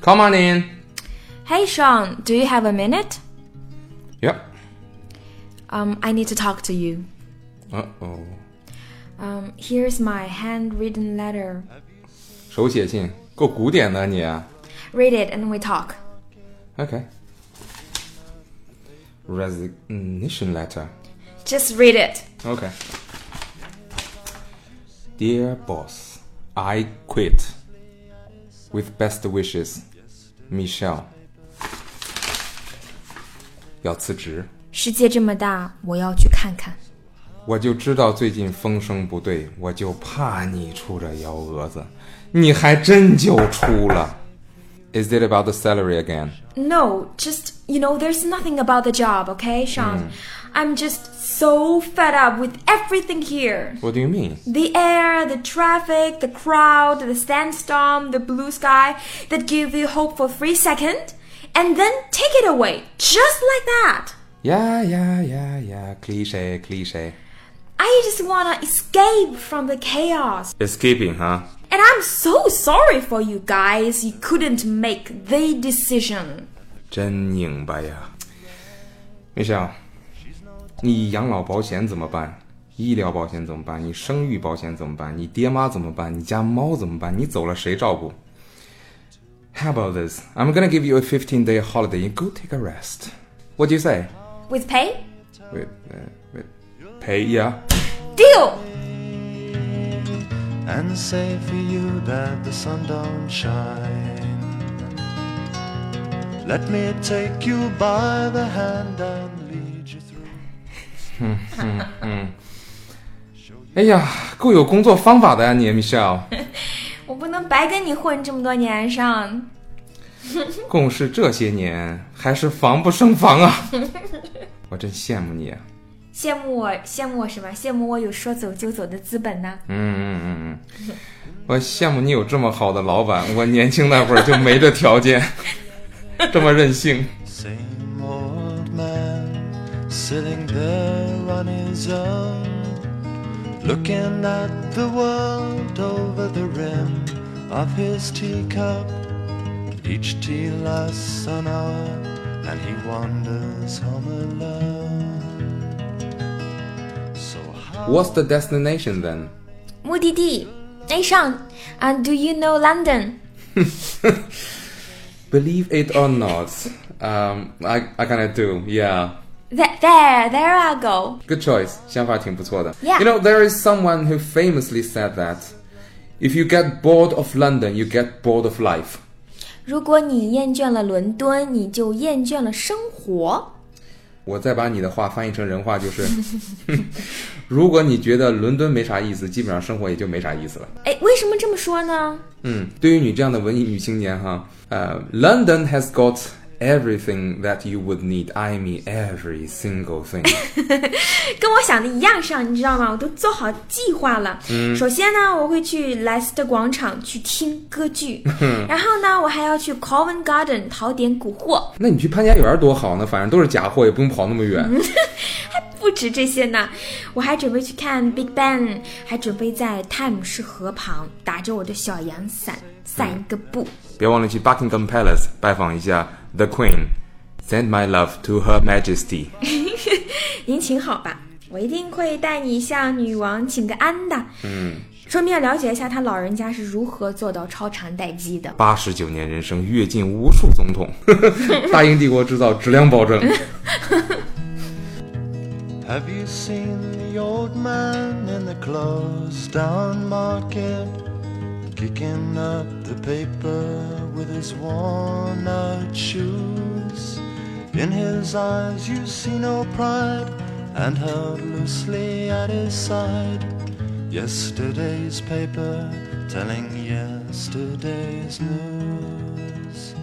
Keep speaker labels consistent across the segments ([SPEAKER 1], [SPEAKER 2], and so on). [SPEAKER 1] Come on in.
[SPEAKER 2] Hey, Sean, do you have a minute?
[SPEAKER 1] Yep.
[SPEAKER 2] Um, I need to talk to you.
[SPEAKER 1] Uh oh，
[SPEAKER 2] Um, here's my handwritten letter.
[SPEAKER 1] 手写信够古典的你啊。
[SPEAKER 2] Read it and we talk.
[SPEAKER 1] Okay. Resignation letter.
[SPEAKER 2] Just read it.
[SPEAKER 1] Okay. Dear boss, I quit. With best wishes, Michelle. 要辞职，
[SPEAKER 2] 世界这么大，我要去看看。
[SPEAKER 1] 我就知道最近风声不对，我就怕你出这幺蛾子，你还真就出了。Is it about the salary again?
[SPEAKER 2] No, just, you know, there's nothing about the job, okay, Sean? I'm just so fed up with everything here.
[SPEAKER 1] What do you mean?
[SPEAKER 2] The air, the traffic, the crowd, the sandstorm, the blue sky that give you hope for three seconds, and then take it away, just like that.
[SPEAKER 1] Yeah, yeah, yeah, yeah. Cliche, cliche.
[SPEAKER 2] I just wanna escape from the chaos.
[SPEAKER 1] Escaping, huh?
[SPEAKER 2] And I'm so sorry for you guys, you couldn't make the decision.
[SPEAKER 1] 真拧巴呀！米笑，你养老保险怎么办？医疗保险怎么办？你生育保险怎么办？你爹妈怎么办？你家猫怎么办？你走了谁照顾？How about this? I'm gonna give you a 15-day holiday. You go take a rest. What do you say?
[SPEAKER 2] With pay?
[SPEAKER 1] Wait, uh, wait. Pay, yeah.
[SPEAKER 2] Deal!
[SPEAKER 3] and say for you that the sun don't shine. Let me take you by the hand and lead you through.
[SPEAKER 1] 哎呀，够有工作方法的呀、你米笑。
[SPEAKER 2] 我不能白跟你混这么多年上。
[SPEAKER 1] 共事这些年，还是防不胜防啊！我真羡慕你啊！
[SPEAKER 2] 羡慕我，羡慕我什么？羡慕我有说走就走的资本呢、
[SPEAKER 1] 嗯嗯嗯 嗯，我羡慕你有这么好的老板，我年轻那会儿就没这条件， 这么任性。
[SPEAKER 3] Same old man sitting there on his own, looking at the world over the rim of his teacup. Each tea lasts an hour, and he wanders home alone. So how
[SPEAKER 1] What's the destination then？
[SPEAKER 2] 目的地，A 上啊，Do you know London？
[SPEAKER 1] Believe it or not, um, I I kind of do. Yeah,
[SPEAKER 2] There, there, there I go.
[SPEAKER 1] good choice. 想法挺不错的。
[SPEAKER 2] Yeah.
[SPEAKER 1] You know, there is someone who famously said that if you get bored of London, you get bored of life.
[SPEAKER 2] 如果你厌倦了伦敦，你就厌倦了生活。
[SPEAKER 1] 我再把你的话翻译成人话，就是： 如果你觉得伦敦没啥意思，基本上生活也就没啥意思了。
[SPEAKER 2] 哎，为什么这么说呢？
[SPEAKER 1] 嗯，对于你这样的文艺女青年哈，呃，London has got everything that you would need. I mean every single thing.
[SPEAKER 2] 跟我想的一样上，你知道吗？我都做好计划了。首先呢，我会去莱斯特广场去听歌剧，然后呢，我还要去 Covent Garden 陶典古惑。
[SPEAKER 1] 那你去潘家园多好呢，反正都是假货，也不用跑那么远。
[SPEAKER 2] 不止这些呢，我还准备去看 Big Bang，还准备在泰晤士河旁打着我的小阳伞散一个步。
[SPEAKER 1] 别忘了去 Buckingham Palace 拜访一下 The Queen. Send my love to Her Majesty.
[SPEAKER 2] 您请好吧，我一定会带你向女王请个安的。嗯，顺便了解一下她老人家是如何做到超长待机的。
[SPEAKER 1] 八十九年人生，阅尽无数总统， 大英帝国制造，质量保证。
[SPEAKER 3] Have you seen the old man in the closed down market? Kicking up the paper with his worn out shoes. In his eyes you see no pride, and held loosely at his side. Yesterday's paper telling yesterday's news.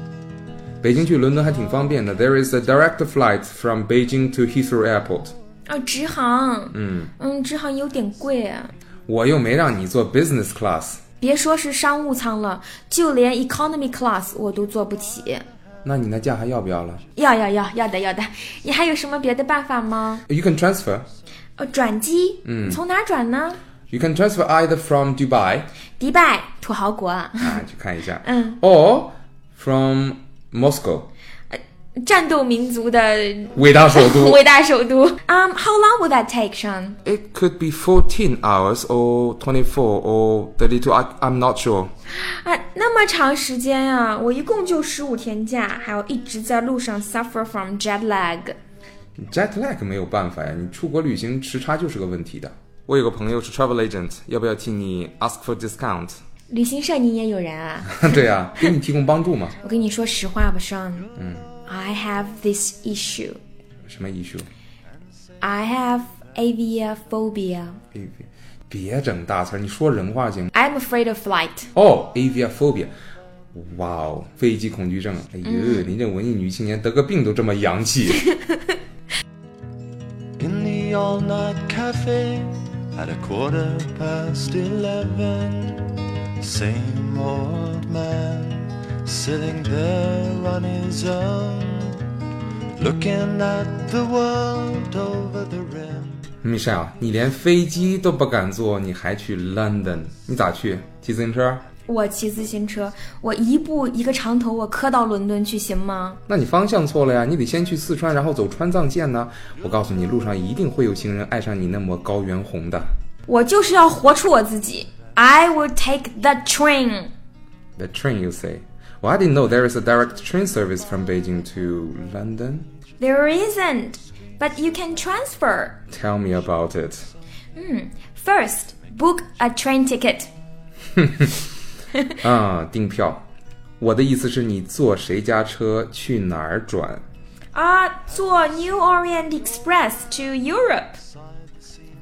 [SPEAKER 1] 北京去伦敦还挺方便的。There is a direct flight from Beijing to Heathrow Airport.
[SPEAKER 2] 啊，直航，嗯嗯，直航有点贵、啊，
[SPEAKER 1] 我又没让你坐 business class，
[SPEAKER 2] 别说是商务舱了，就连 economy class 我都坐不起。
[SPEAKER 1] 那你那假还要不要了
[SPEAKER 2] 要要要要的要的，你还有什么别的办法吗？
[SPEAKER 1] ？You can transfer.
[SPEAKER 2] 呃，转机，嗯，从哪儿转呢？
[SPEAKER 1] You can transfer either from Dubai
[SPEAKER 2] 迪拜，土豪国啊，
[SPEAKER 1] 啊，去看一下，
[SPEAKER 2] 嗯
[SPEAKER 1] ，or from Moscow，
[SPEAKER 2] 战斗民族的
[SPEAKER 1] 伟大首都。
[SPEAKER 2] 伟大首都。Um, how long would that take, Sean?
[SPEAKER 1] It could be 14 hours or 24 or 32. I, I'm not sure.
[SPEAKER 2] 啊，那么长时间啊！我一共就十五天假，还有一直在路上 suffer from jet lag。
[SPEAKER 1] Jet lag 没有办法呀，你出国旅行时差就是个问题的。我有个朋友是 travel agent，要不要替你 ask for discount？
[SPEAKER 2] 旅行社你也有人啊？
[SPEAKER 1] 对呀、给你提供帮助嘛。
[SPEAKER 2] 我跟你说实话吧，Sean。嗯。I have this issue.
[SPEAKER 1] 什么 issue？
[SPEAKER 2] I have avia phobia.
[SPEAKER 1] 别别别整大词儿，你说人话行吗？
[SPEAKER 2] I'm afraid of flight.
[SPEAKER 1] 哦，aviophobia，哇哦，飞机恐惧症。哎呦，您这文艺女青年得个病都这么洋气。
[SPEAKER 3] In the all night cafe at a quarter past eleven. Same old man sitting there on his own, looking at the world over the rim.
[SPEAKER 1] Michelle，你啊连飞机都不敢坐，你还去 London？你咋去？骑自行车？
[SPEAKER 2] 我骑自行车，我一步一个长头，我磕到伦敦去行吗？
[SPEAKER 1] 那你方向错了呀！你得先去四川，然后走川藏线呢。我告诉你，路上一定会有行人爱上你那抹高原红的。
[SPEAKER 2] 我就是要活出我自己。I will take the train.
[SPEAKER 1] The train, you say? Well, I didn't know there is a direct train service from Beijing to London.
[SPEAKER 2] There isn't, but you can transfer.
[SPEAKER 1] Tell me about it.
[SPEAKER 2] First, book a train ticket.
[SPEAKER 1] 啊，订票。我的意思是你坐谁家车去哪儿转？
[SPEAKER 2] 啊，坐 New Orient Express to Europe，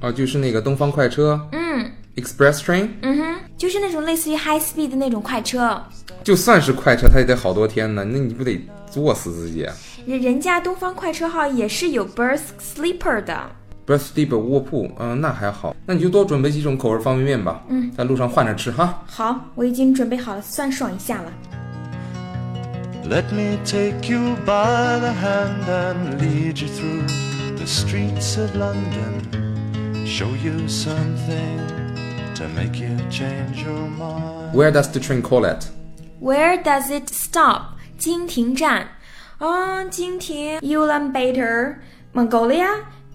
[SPEAKER 1] 哦，就是那个东方快车，嗯，Express Train，嗯，
[SPEAKER 2] 就是那种类似于 high speed 的那种快车。
[SPEAKER 1] 就算是快车，它也得好多天呢，那你不得作死自己啊
[SPEAKER 2] 人人家东方快车号也是有 berth sleeper 的。
[SPEAKER 1] ？Birth Deep 卧铺，嗯、那还好，那你就多准备几种口味方便面吧，嗯，在路上换着吃哈。
[SPEAKER 2] 好，我已经准备好了，酸爽一下了。
[SPEAKER 3] Let me take you by the hand and lead you through the streets of London. Show you something to make you change your mind.
[SPEAKER 1] Where does the train call at？
[SPEAKER 2] Where does it stop？金亭站。啊、金亭 Ulaanbaatar，Mongolia。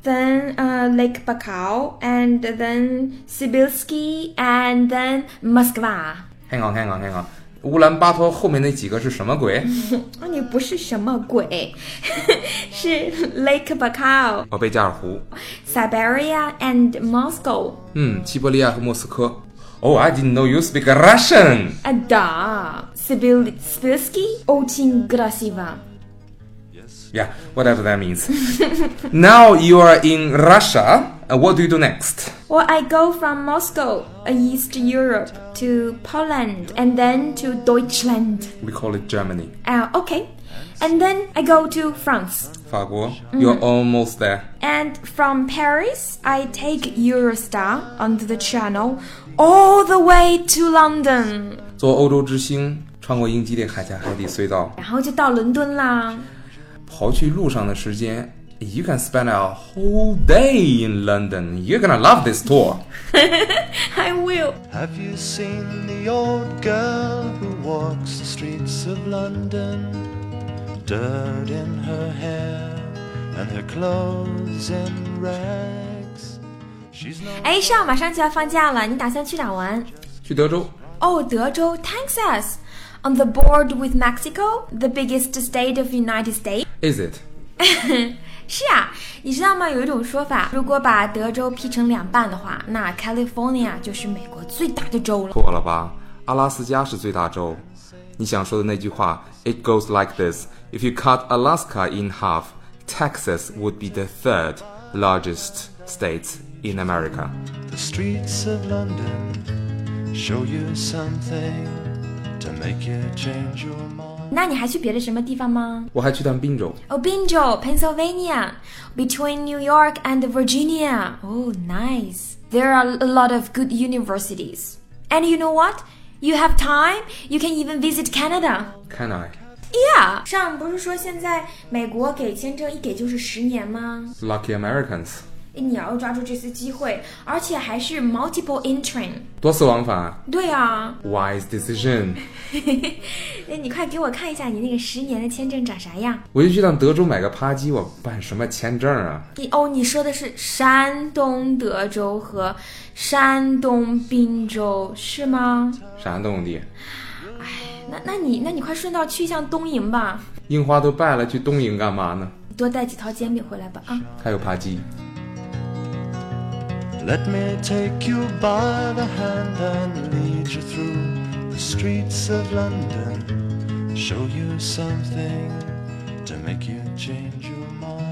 [SPEAKER 2] Then uh, Lake Baikal, and then Sibilsky, and then Moscow.
[SPEAKER 1] 看看看看看看，乌兰巴托后面那几个是什么鬼？
[SPEAKER 2] 啊，你不是什么鬼， 是 Lake Baikal,
[SPEAKER 1] 哦，贝加尔湖，
[SPEAKER 2] Siberia, and Moscow.
[SPEAKER 1] 嗯，西伯利亚和莫斯科。Oh, I didn't know you speak Russian.
[SPEAKER 2] 啊哒 Sibil Sibilsky, Otin Grasiva.
[SPEAKER 1] Yeah, whatever that means. now you are in Russia. Uh, what do you do next?
[SPEAKER 2] Well, I go from Moscow, uh, East Europe, to Poland, and then to Deutschland.
[SPEAKER 1] We call it Germany.
[SPEAKER 2] Uh, okay. And then I go to France.
[SPEAKER 1] 法国。You're almost there.
[SPEAKER 2] And from Paris, I take Eurostar onto the channel all the way to London.
[SPEAKER 1] 坐欧洲之星，穿过英吉利海峡海底隧道，
[SPEAKER 2] 然后就到伦敦啦。Well,
[SPEAKER 1] 刨去路上的时间。You can spend a whole day in London. You're gonna love this tour.
[SPEAKER 2] I will.
[SPEAKER 3] Have you seen the old girl who walks the streets of London? Dirt in her hair and her clothes in rags. She's no
[SPEAKER 2] 哎，上马上就要放假了，你打算去哪玩？
[SPEAKER 1] 去德州，
[SPEAKER 2] 哦，德州 Texas。On the board with Mexico, the biggest state of United States.
[SPEAKER 1] is it?
[SPEAKER 2] 是啊，你知道吗？有一种说法，如果把德州劈成两半的话，那 California 就是美国最大的州了。
[SPEAKER 1] 错了吧？阿拉斯加是最大州。你想说的那句话，It goes like this: If you cut Alaska in half, Texas would be the third largest state in America.
[SPEAKER 3] the streets of London. Show you something to make you change your mind.
[SPEAKER 2] 那你还去别的什么地方吗？
[SPEAKER 1] 我还去趟宾州，
[SPEAKER 2] 哦，宾州 Pennsylvania, between New York and Virginia. Oh, nice. There are a lot of good universities. And you know what? You have time. You can even visit Canada.
[SPEAKER 1] 看哪
[SPEAKER 2] Yeah. 上不是说现在美国给签证一给就是十年吗？哎
[SPEAKER 1] ？Lucky Americans.
[SPEAKER 2] 你要抓住这次机会，而且还是 multiple entry。
[SPEAKER 1] 多次往返
[SPEAKER 2] 对啊，
[SPEAKER 1] ，wise decision。
[SPEAKER 2] 哎，你快给我看一下你那个十年的签证长啥样？
[SPEAKER 1] 我就去趟德州买个啪叽，我办什么签证啊？
[SPEAKER 2] 你哦，你说的是山东德州和山东滨州是吗？
[SPEAKER 1] 山东的，
[SPEAKER 2] 那那你那你快顺道去一趟东营吧，
[SPEAKER 1] 樱花都败了，去东营干嘛呢？
[SPEAKER 2] 多带几套煎饼回来吧啊！
[SPEAKER 1] 还有啪叽，
[SPEAKER 3] Let me take you by the hand and lead you through the streets of London. Show you something to make you change your mind.